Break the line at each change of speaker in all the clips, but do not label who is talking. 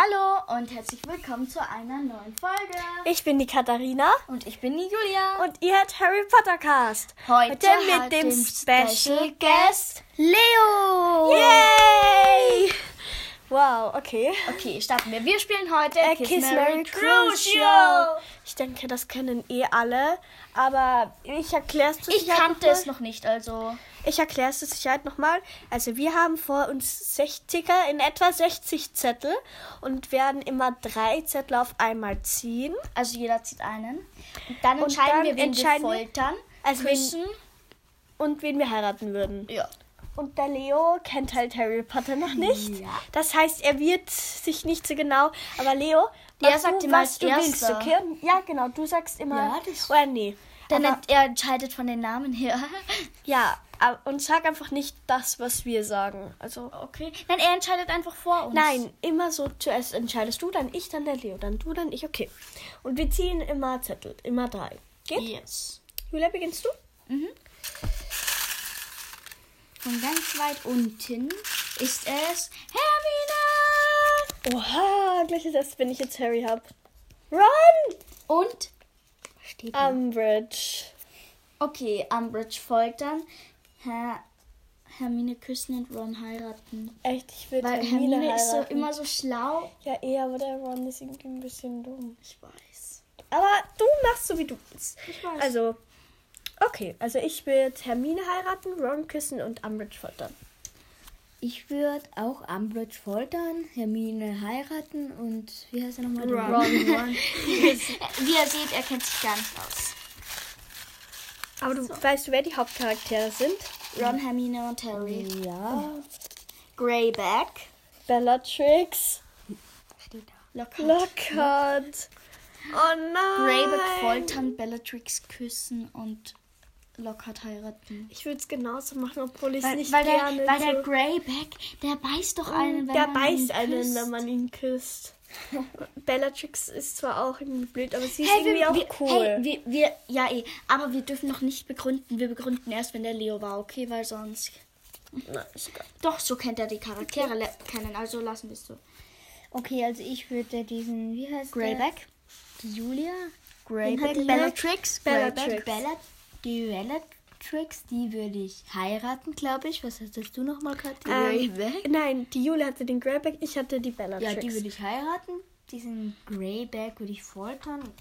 Hallo und herzlich willkommen zu einer neuen Folge.
Ich bin die Katharina
Und ich bin die Julia.
und ihr hört Harry Potter Cast.
halt
mit dem Special Guest.
Leo.
Yay! Wow, okay.
Okay, starten wir. Wir spielen heute
Äh, Kiss, Mary Crucial. Ich denke, das kennen eh alle, aber ich erkläre es zur
Ich
Sicherheit
kannte
noch
es noch nicht, also.
mal. Ich erkläre es zur Sicherheit nochmal. Also wir haben vor uns 60er, in etwa 60 Zettel und werden immer drei Zettel auf einmal ziehen.
Also jeder zieht einen. Und dann
Und
entscheiden
dann
wir, wen
entscheiden
wir
wir-
foltern,
Also wen-
küssen.
Und wen wir heiraten würden.
Ja.
Und der Leo kennt halt Harry Potter noch nicht.
Ja.
Das heißt, er wird sich nicht so genau. Aber Leo,
Der
mach
sagt
du,
immer
was
als
du willst,
Erster.
okay? Und, ja, genau. Du sagst immer.
Ja, das-
oder nee.
Dann
aber,
ent er entscheidet von den Namen her.
ja, ab- und sag einfach nicht das, was wir sagen. Also
Okay. Nein, er entscheidet einfach vor uns.
nein, immer so. Zuerst entscheidest du, dann ich, dann der Leo, dann du, dann ich. Okay. Und wir ziehen immer Zettel, immer drei. Geht?
Yes.
Julia, beginnst du?
Von ganz weit unten ist es Hermine
Oha, gleich ist das, wenn ich jetzt Harry hab. Run!
und steht da.
Umbridge.
Okay, Umbridge folgt dann. Her Hermine küssen und Ron heiraten.
Echt, ich will
Weil Hermine, ist so immer so schlau.
Ja, eh, aber der Ron ist irgendwie ein bisschen dumm.
Ich weiß.
Aber du machst so, wie du willst.
Ich weiß.
Also, okay. Also ich will Hermine heiraten, Ron küssen und Umbridge foltern.
Ich würde auch Umbridge foltern, Hermine heiraten und wie heißt er
Oh
nochmal? Den
Ron.
Ron, Ron.
Wie ihr seht, er kennt sich gar nicht aus.
Aber du weißt, wer die Hauptcharaktere sind? Oh,
Ron, Hermine und Harry.
Ja.
Greyback.
Bellatrix,
Steht da.
Lockhart. Oh nein.
Greyback foltern, Bellatrix küssen und Lockhart heiraten.
Ich würde es genauso machen, obwohl ich es
Weil,
nicht
weil, der,
gerne
weil
so. Hm,
der Greyback, der beißt doch einen, wenn
der
man
beißt
ihn
einen,
küsst.
wenn man ihn küsst. Bellatrix ist zwar auch irgendwie blöd, aber sie ist
Hey,
irgendwie
wir,
auch
wir,
cool.
hey, wir, wir, ja eh, aber wir dürfen noch nicht begründen. Wir begründen erst, wenn der Leo war, okay? Weil sonst...
Na, ist egal.
Doch, so kennt er die Charaktere le- kennen, also lassen wir es so.
Okay, also ich würde diesen, wie heißt der? Julia?
Greyback,
Greyback,
Bellatrix,
Bellatrix.
Greyback,
Bella, die Bellatrix, die würde ich heiraten, glaube ich. Was hattest du nochmal, Kathi?
Ähm, Nein, die Jule hatte den Greyback, ich hatte die Bellatrix.
ja, die würde ich heiraten. Diesen Greyback würde ich foltern. und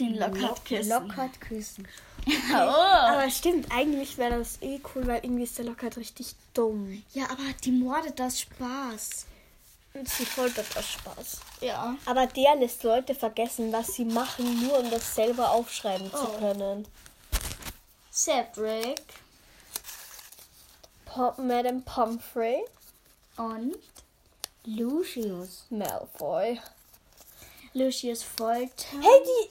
den Lockhart
Lock-
küssen. Oh.
Lockhart küssen.
Aber stimmt, eigentlich wäre das eh cool, weil irgendwie ist der Lockhart richtig dumm.
Ja, aber die Morde, das Spaß.
Und sie foltert aus Spaß.
Ja.
Aber der lässt Leute vergessen, was sie machen, nur um das selber aufschreiben zu
Oh.
können.
Cedric
Po Madame Pomfrey,
und
Lucius.
Malfoy.
Ah. Lucius Folter.
Hey, die...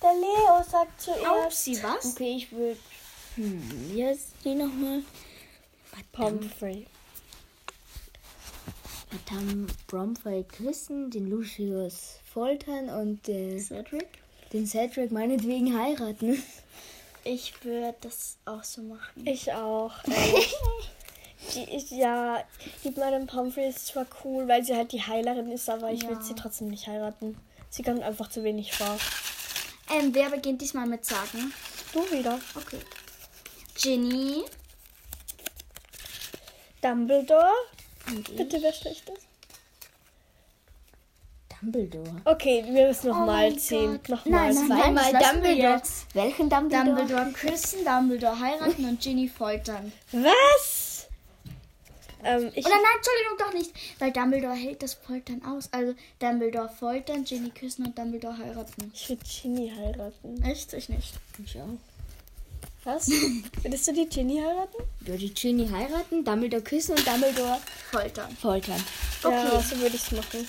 Der Leo sagt zuerst...
Upsi, was?
Okay, ich würde. Hm, wie heißt die nochmal?
Pomfrey.
Madame Bromfrey küssen, den Lucius foltern und äh,
Cedric?
den Cedric meinetwegen heiraten.
Ich würde das auch so machen.
Ich auch. ähm, die, ich- ja, die Madame Pomfrey ist zwar cool, weil sie halt die Heilerin ist, aber ich
Ja.
will sie trotzdem nicht heiraten. Sie kommt einfach zu wenig vor.
Ähm, wer beginnt diesmal mit Sagen?
Du wieder.
Okay. Ginny.
Dumbledore.
Und ich
Bitte, wer schlecht ist?
Dumbledore.
Okay, wir müssen
Oh
nochmal
mein
ziehen.
Gott. Nein,
Nochmal zwei.
nein. das
Einmal
lassen wir
Dumbledore.
jetzt.
Welchen Dumbledore?
Dumbledore küssen, Dumbledore heiraten und Ginny foltern.
Was? Ähm, ich,
Oder nein, Entschuldigung, doch nicht. Weil Dumbledore hält das Foltern aus. Also Dumbledore foltern, Ginny küssen und Dumbledore heiraten.
ich will Ginny heiraten.
Echt? Ich nicht.
Ich auch.
Was? Würdest du die Ginny heiraten?
Würde ich Ginny heiraten, Dumbledore küssen und Dumbledore
Foltern.
foltern.
Ja,
Okay.
so würde ich es machen.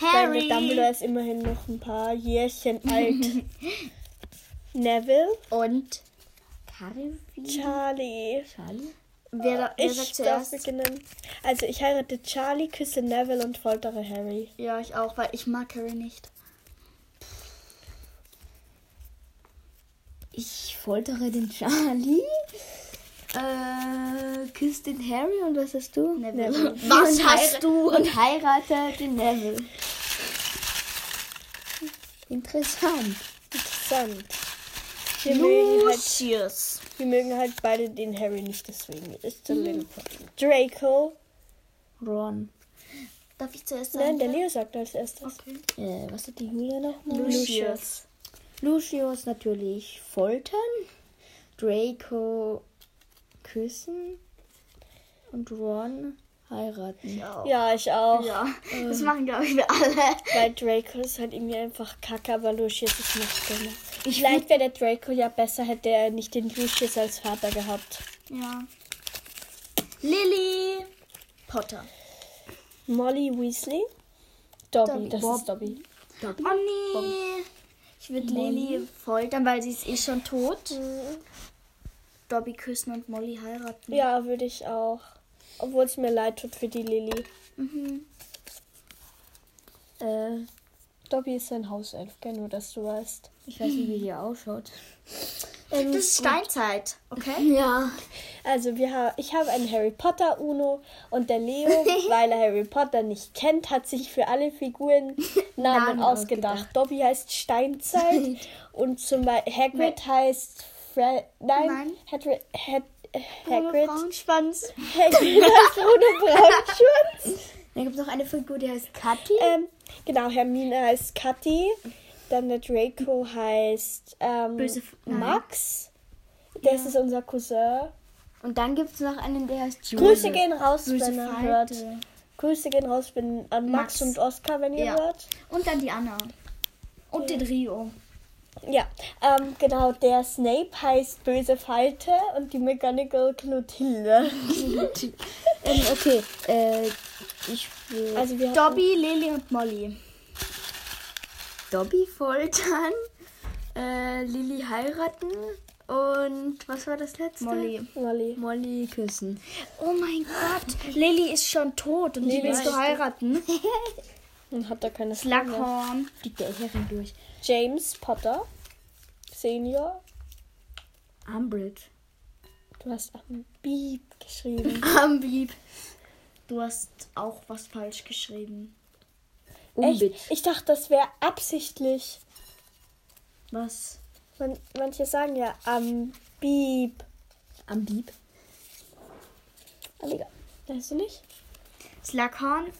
Weil
Harry.
der Dumbledore ist immerhin noch ein paar Jährchen alt. Neville.
und
Karin?
Charlie.
Charlie?
wer, da- wer sagt
ich darf
zuerst?
beginnen. Also ich heirate Charlie, küsse Neville und foltere Harry.
Ja, ich auch, weil ich mag Harry nicht.
Ich foltere den Charlie. Äh, küsst den Harry und was hast du?
Neville.
Was hast du? Und heiratet den Neville. Interessant.
Interessant. Wir mögen, halt,
Lucius.
wir mögen halt beide den Harry nicht, deswegen ist der
Hm.
Leo. Draco.
Ron.
Darf ich zuerst sagen?
Nein, der Leo sagt als erstes.
Okay.
Äh, was hat die Julia nochmal?
Lucius.
Lucius natürlich foltern. Draco küssen. Und Ron heiraten.
Ja, ich auch.
Ja, das machen, glaube ich, wir alle.
Weil Draco ist halt irgendwie einfach kacke, aber Lucius ist noch schlimmer. Vielleicht wäre der Draco ja besser, hätte er nicht den Lucius als Vater gehabt.
Ja. Lily Potter.
Molly Weasley. Dobby,
Dobby.
das
Bob.
ist Dobby.
Oh nee. Ich würde Lily foltern, weil sie ist eh schon tot. Dobby küssen und Molly heiraten.
Mhm. Ja, würde ich auch. Obwohl es mir leid tut für die Lilly.
Mhm.
Äh,
Dobby ist ein Hauself, gell, nur dass du weißt.
ich weiß nicht, wie die ausschaut.
Das ist Steinzeit, okay?
Ja.
Also wir ha ich habe einen Harry Potter Uno und der Leo, weil er Harry Potter nicht kennt, hat sich für alle Figuren Namen
Namen
ausgedacht. Dobby heißt Steinzeit und zum Beispiel Hagrid heißt Fre Nein,
Nein.
Hagrid, Hag
Bruno
Hagrid,
Braunschwanz.
Hagrid heißt Bruno Braunschwanz.
Dann gibt es noch eine Figur, die heißt Kathi.
ähm, genau, Hermine heißt Kathi, dann der Draco heißt ähm,
Böse F- nein.
Max. Das ist unser Cousin.
Und dann gibt es noch einen, der heißt Joseph.
Grüße gehen raus,
Böse
wenn er hört.
Falte.
Grüße gehen raus bin an Max,
Max.
und Oskar, wenn ihr
Ja.
hört.
Und dann die Anna. Und den Rio.
Ja, ähm, genau, der Snape heißt Böse Falte und die McGonagall Clotilde.
Ähm, okay, äh, ich will
Also wir haben
Dobby, Lily und Molly.
Dobby foltern, äh, Lilly heiraten und was war das letzte?
Molly.
Molly.
Molly küssen.
Oh mein Gott. Lily ist schon tot und die
Lily
willst
ist
du
tot.
heiraten.
Und hat da keine Stimme.
Slackhorn.
Fliegt der Echerin durch.
James Potter Senior.
Umbridge.
Du hast am Beep geschrieben.
Amblieb. Du hast auch was falsch geschrieben.
Echt? Ich dachte, das wäre absichtlich.
Was?
Man, manche sagen ja am Beep.
Ambieb.
Aber egal. Weißt du nicht?
Slackhorn,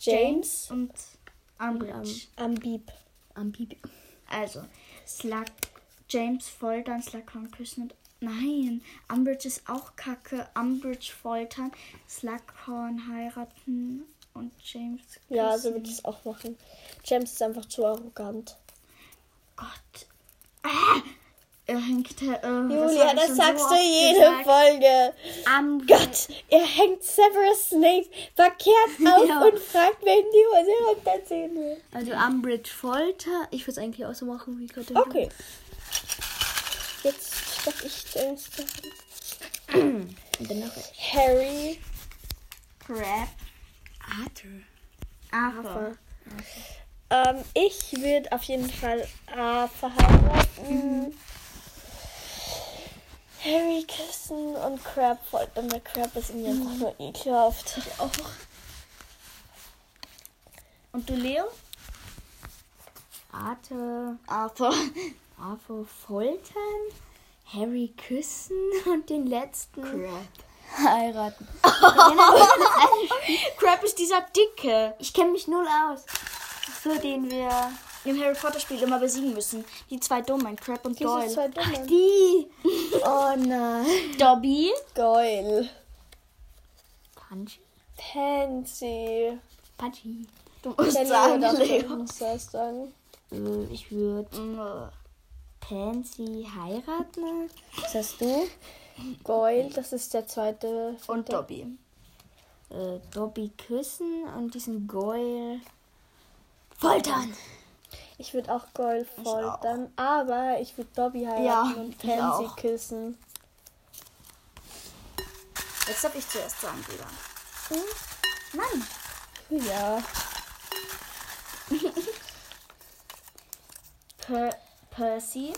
James
und Umbridge.
Umbridge.
am Beep.
Ambieb.
Also, Slack, James foltern, Slackhorn küssen und... Nein, Umbridge ist auch kacke. Umbridge foltern, Slackhorn heiraten und James küssen.
Ja, also so würde ich es auch machen. James ist einfach zu arrogant.
Gott. Ah! Er hängt... Äh, was
Julia,
hab ich
das
schon
sagst
so Um,
du
oft
jede
gesagt?
Folge.
Am
Gott, er hängt Severus Snape verkehrt auf
Ja.
und fragt, wen die Hose runterziehen will.
Also Umbridge folter. Ich würde es eigentlich auch so machen wie Katharina.
Okay. Jetzt darf ich zuerst sagen.
Und dann noch
Harry.
Crap.
Arthur.
Arthur.
Ähm, ich würde auf jeden Fall A verheiraten. Harry küssen und Crab foltern. Der Crab ist mir einfach nur ekelhaft. Ich auch.
Und du, Leo?
Arthur.
Arthur.
Arthur foltern. Harry küssen und den letzten heiraten.
Crap ist dieser Dicke.
Ich kenne mich null aus. So den wir.
im Harry Potter Spiel immer besiegen müssen. Die zwei Dummen, Crab und
Diese
Doyle.
zwei Dummen.
Die! Oh nein.
Dobby,
Geil.
Punchy.
Pansy.
Punchy.
du musst
Der Leo
sagen,
darf
Leo.
das erst sagen.
Äh, Ich würde
Mm,
Pansy heiraten. Was hast du?
Goyle, das ist der zweite.
Und Dobby.
Äh, Dobby küssen und diesen Goyle foltern.
Ich würde auch Goyle foltern, aber ich würde Dobby heiraten
Ja,
und
ich
Pansy
auch.
küssen.
Jetzt darf ich zuerst sagen, wieder. Nein.
Ja.
Per Percy,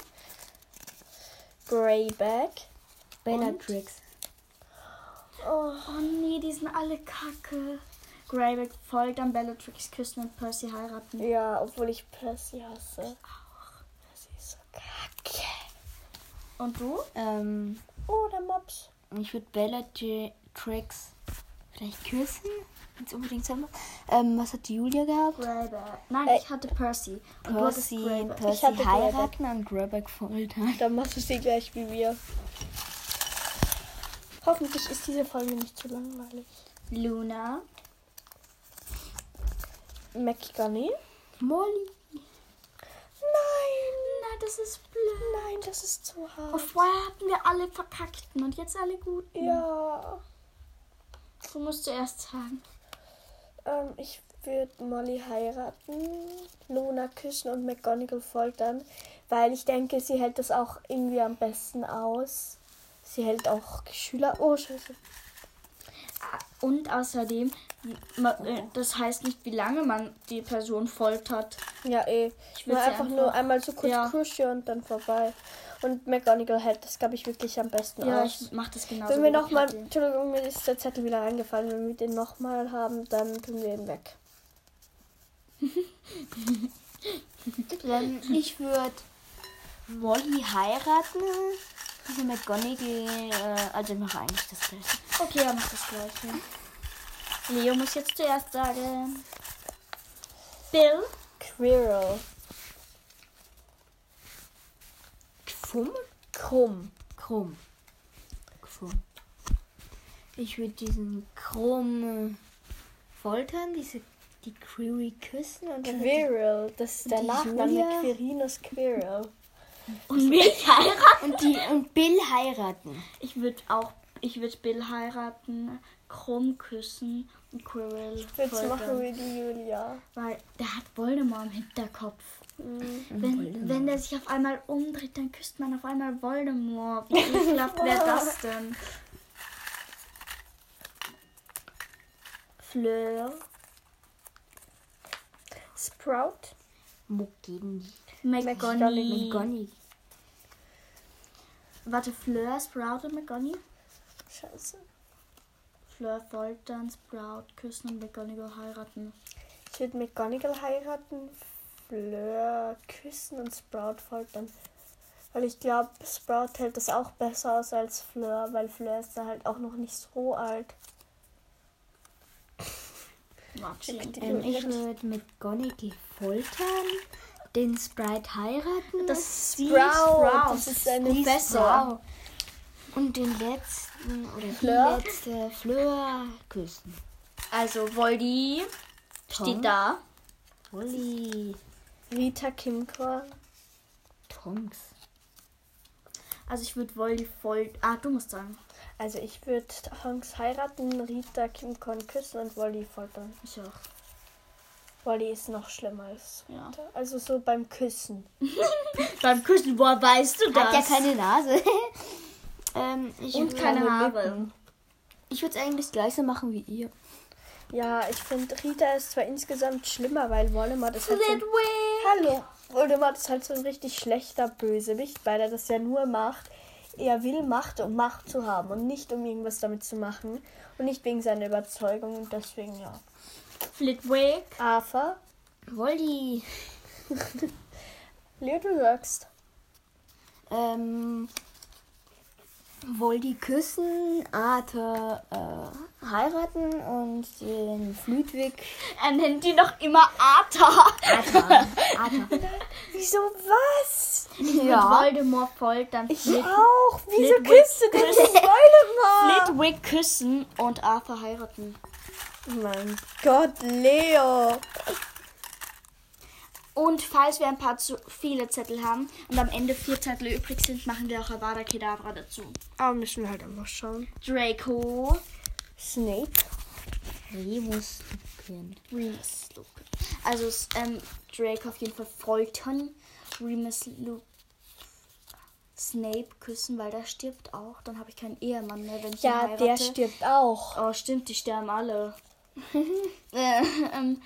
Greyback.
Bellatrix.
Oh, nee, die sind alle kacke. Greyback folgt dann Bellatrix küssen und Percy heiraten.
Ja, obwohl ich Percy hasse. Percy ist so kacke.
Und du?
Ähm,
Oh, der Mops.
ich würde Bellatrix vielleicht küssen. Wenn es unbedingt sein muss. Ähm, was hat die Julia gehabt?
Greyback. Nein,
Äh,
ich hatte Percy. Und du hattest
Percy,
Greyback.
Percy
hatte Greyback.
heiraten und Greyback foltern.
Dann machst du sie gleich wie wir. Hoffentlich ist diese Folge nicht zu langweilig.
Luna.
McGonny?
Molly. Nein. Nein, das ist blöd.
Nein, das ist zu
Und
hart.
vorher hatten wir alle verkackten und jetzt alle guten.
Ja.
Du musst zuerst sagen.
Ähm, ich würde Molly heiraten, Luna küssen und McGonagall foltern, weil ich denke, sie hält das auch irgendwie am besten aus. Sie hält auch Schüler. Oh, scheiße.
Ah, Und außerdem, ma- äh, das heißt nicht, wie lange man die Person foltert.
Ja, eh. Ich will
würd sie
einfach, nur
einfach-
einmal so kurz
Ja.
kuscheln und dann vorbei. Und McGonagall hält das, glaube ich, wirklich am besten
Ja,
aus.
ich mach das genauso.
Wenn wir
wie die
nochmal,
Kathi.
Entschuldigung, mir ist der Zettel wieder reingefallen. Wenn wir den nochmal haben, dann tun wir ihn weg.
Ähm, ich würde Molly heiraten. Also McGonagall, äh, also ich mache eigentlich das Gleiche.
Okay, er macht das gleiche. Leo muss jetzt zuerst sagen. Bill.
Quirrell.
Krumm?
Krumm.
Krumm. Krumm. Ich würde diesen Krumm äh, foltern, diese, die Query küssen und dann wird
Quirrell. Das ist der
die
Nachname.
Julia?
Quirinus Quirrell.
Und mich heiraten?
die, und, die, und Bill heiraten.
Ich würde auch, ich würde Bill heiraten, Krumm küssen und Quirrell
Jetzt machen
foltern.
wir die Julia.
Weil der hat Voldemort im Hinterkopf.
Mhm.
Wenn, wenn der sich auf einmal umdreht, dann küsst man auf einmal Voldemort. Wie ekelhaft wäre das denn? Fleur.
Sprout.
McGonagall.
McGonagall.
McGonagall.
Warte, Fleur, Sprout und McGonagall?
Scheiße.
Fleur foltern, Sprout küssen und McGonagall heiraten.
Ich würde McGonagall heiraten, Fleur küssen und Sprout foltern. Weil ich glaube, Sprout hält das auch besser aus als Fleur, weil Fleur ist da halt auch noch nicht so alt.
Watching.
Ähm, ich würde McGonagall foltern, den Sprite heiraten.
Das ist wie
das ist eine
Die
Professor.
Frau. Und den letzten oder
Fleur?
die letzte Fleur küssen.
Also, Voldy
Tom?
steht da.
Holly,
Rita Kimcor.
Tonks.
Also, ich würde Voldy voll. Ah, du musst sagen.
Also ich würde Hans heiraten, Rita Kimcon küssen und Wally foltern.
Ich auch.
Wally ist noch schlimmer als
Ja.
Rita. Also so beim Küssen.
Beim Küssen, woher weißt du das?
Hat ja keine Nase. ähm, ich
Und
würd-
keine Haare.
Lippen.
Ich würde es eigentlich das gleiche machen wie ihr.
Ja, ich finde Rita ist zwar insgesamt schlimmer, weil Voldemort ist halt so ein
Flitwick.
Hallo. Voldemort ist halt so ein richtig schlechter Bösewicht, weil er das ja nur macht. Er will Macht, um Macht zu haben und nicht um irgendwas damit zu machen und nicht wegen seiner Überzeugung und deswegen ja.
Flitwick.
Arthur,
Wolli.
Leo, du sagst.
Ähm, Woldi küssen, Arthur äh, heiraten und den Flütwig.
Er nennt die noch immer Arthur.
Arthur. Arthur.
Wieso was?
ja.
Voldemort foltern.
Ich
Flit-
auch. Wieso
Flitwick
küsst du denn
küssen.
Voldemort?
Flitwick küssen und Arthur heiraten.
mein Gott, Leo.
Und falls wir ein paar zu viele Zettel haben und am Ende vier Zettel übrig sind, machen wir auch Avada Kedavra dazu.
Aber müssen wir halt einfach schauen.
Draco.
Snape.
Remus Lupin.
Remus Lupin. Also s- ähm, Draco auf jeden Fall foltern. Remus Lupin. Snape küssen, weil der stirbt auch. Dann habe ich keinen Ehemann mehr, wenn ich ihn
Ja,
heirate.
der stirbt auch.
Oh, stimmt, die sterben alle. Äh, ähm,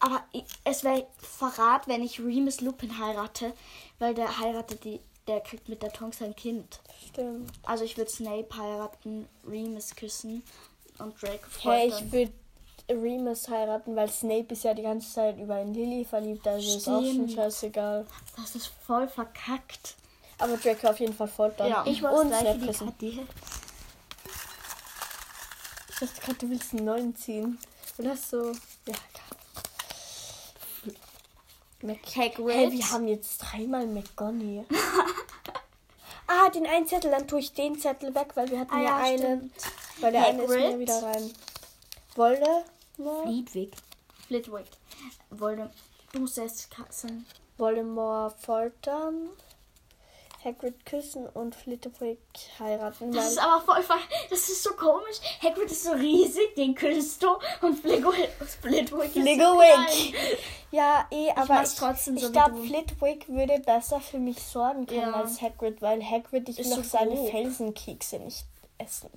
aber i- es wäre Verrat, wenn ich Remus Lupin heirate, weil der heiratet die der kriegt mit der Tonks ein Kind.
Stimmt.
Also ich würde Snape heiraten, Remus küssen und Draco
Hey,
foltern.
ich würde Remus heiraten, weil Snape ist ja die ganze Zeit über in Lily verliebt, also ist auch schon
Stimmt.
scheißegal.
das ist voll verkackt.
Aber Draco auf jeden Fall foltern.
Ja.
Ich
Und
mach's gleich
Snape
wie die
küssen.
Kadi.
Ich dachte gerade, du willst einen neuen ziehen. Und hast so. Ja, Mac
Hagrid.
Hey, wir haben jetzt dreimal McGonny. ah, den einen Zettel, dann tue ich den Zettel weg, weil wir hatten
Ah,
ja,
ja,
einen. Weil der eine ist mir
Hagrid.
wieder rein. Wolde?
Friedwig.
Flitwick. Wollte du selbst kassen.
Voldemort foltern. Hagrid küssen und Flitwick heiraten.
Das
weil-
ist aber voll ver Das ist so komisch. Hagrid ist so riesig, den küsst du und Flitwick Flitwick ist so
Flitwick.
klein.
Ja, eh, aber
mach's trotzdem
ich,
so
ich
wie
glaube,
du.
Flitwick würde besser für mich sorgen können
Ja.
als Hagrid, weil Hagrid ich
Ist
noch
so
seine
grob.
Felsenkekse nicht essen.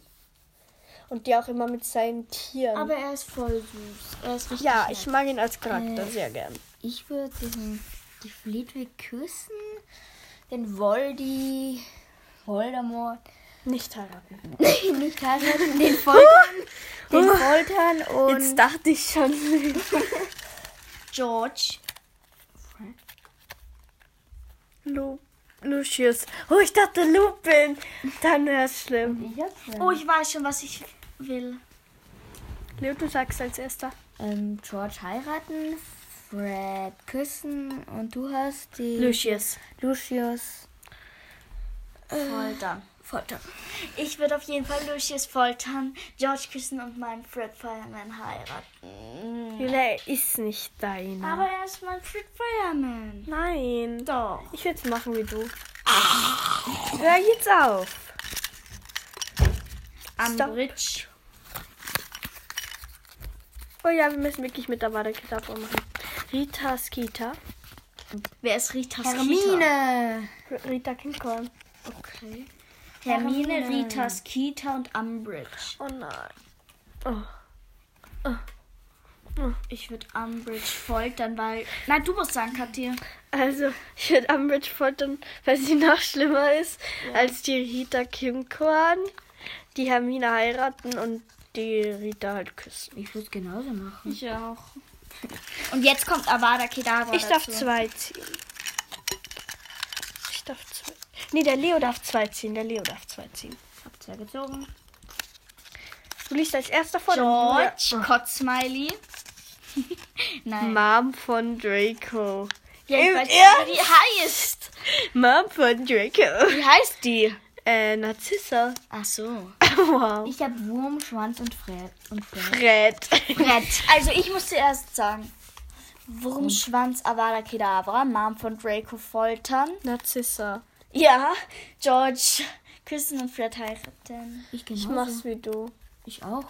Und die auch immer mit seinen Tieren.
Aber er ist voll süß. Er ist richtig
ja,
nett.
ich mag ihn als Charakter
Äh.
sehr gern.
Ich würde diesen die Friedwig küssen, den Voldi, Voldemort,
Nicht heiraten. Oh.
nicht heiraten, den foltern, den foltern und
dachte ich schon.
George.
Lu Lucius. Oh, ich dachte Lupin. Dann wäre es schlimm.
ich hab's
Oh, ich weiß schon, was ich will.
Leo, du sagst als erster.
ähm, George heiraten, Fred küssen und du hast die
Lucius.
Lucius
Äh.
Foltern.
foltern.
Ich würde auf jeden Fall Lucius foltern, George küssen und meinen Fred Fireman heiraten.
Lila, er ist nicht deiner.
Aber er ist mein Fred Fireman.
Nein.
Doch.
Ich würde es machen wie du. Hör jetzt auf. Stop.
Ambridge.
Oh ja, wir müssen wirklich Mitarbeiter Kitapo machen. Rita Skita.
Wer ist Rita?
Hermine.
R- Rita Kinkorn.
Okay. Hermine,
Hermine.
Rita, Skeeter und Umbridge.
Oh nein. Oh.
Ich würde Umbridge foltern, weil. Nein, du musst sagen, Katia.
Also, ich würde Umbridge foltern, weil sie noch schlimmer ist als die Rita Kinkorn. Die Hermine heiraten und die Rita halt küssen.
Ich würde genauso machen.
Ich auch. Und jetzt kommt Avada Kedavra.
Ich darf
dazu.
zwei ziehen. Ich darf zwei. Nee, der Leo darf zwei ziehen. Der Leo darf zwei ziehen.
Ich hab zwei gezogen.
Du liest als erster vor. dann Julia.
George, Kotzmiley. Nein.
Mom von Draco.
ja,
Im
ich weiß nicht, wie die heißt.
Mom von Draco.
Wie heißt die?
Äh, Narzissa.
Ach so.
Wow.
Ich hab Wurm, Schwanz und Fred und Fred.
Fred.
Brett. Also ich musste erst sagen. Wurmschwanz, Avada Kedavra, Mom von Draco foltern.
Narzissa.
Ja, George küssen und Fred heiraten.
Ich
Ich
genauso.
mach's wie du.
Ich auch.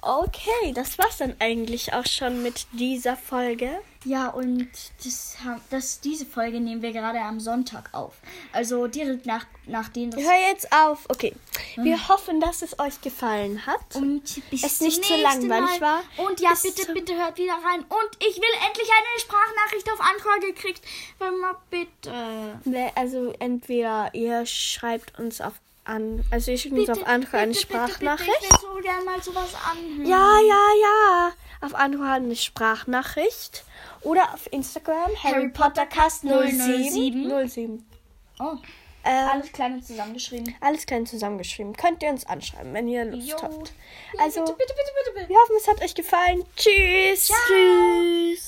Okay, das war's dann eigentlich auch schon mit dieser Folge.
Ja, und das, haben- das, diese Folge nehmen wir gerade am Sonntag auf. Also direkt nach, nachdem das...
Hör jetzt auf. Okay. Wir hoffen, dass es euch gefallen hat.
Und bis
Es
zum
nicht so
nächsten Mal.
langweilig war.
Und ja,
Bis
bitte,
zum-
bitte hört wieder rein. Und ich will endlich eine Sprachnachricht auf Anchor gekriegt. Wenn mal bitte...
Ne, Also entweder ihr schreibt uns auf an, also ihr schickt uns
Bitte,
auf Anchor eine
bitte, bitte,
Sprachnachricht.
Bitte, ich will so gerne mal sowas anhören.
Ja, ja, ja. Auf Anhören eine Sprachnachricht. Oder auf Instagram
Harry Potter Cast 007.
07.
Oh,
Ähm,
alles klein und zusammengeschrieben.
alles klein zusammengeschrieben. Könnt ihr uns anschreiben, wenn ihr Lust
Jo.
habt. Also,
bitte, bitte, bitte, bitte.
wir hoffen, es hat euch gefallen. Tschüss. Tschüss.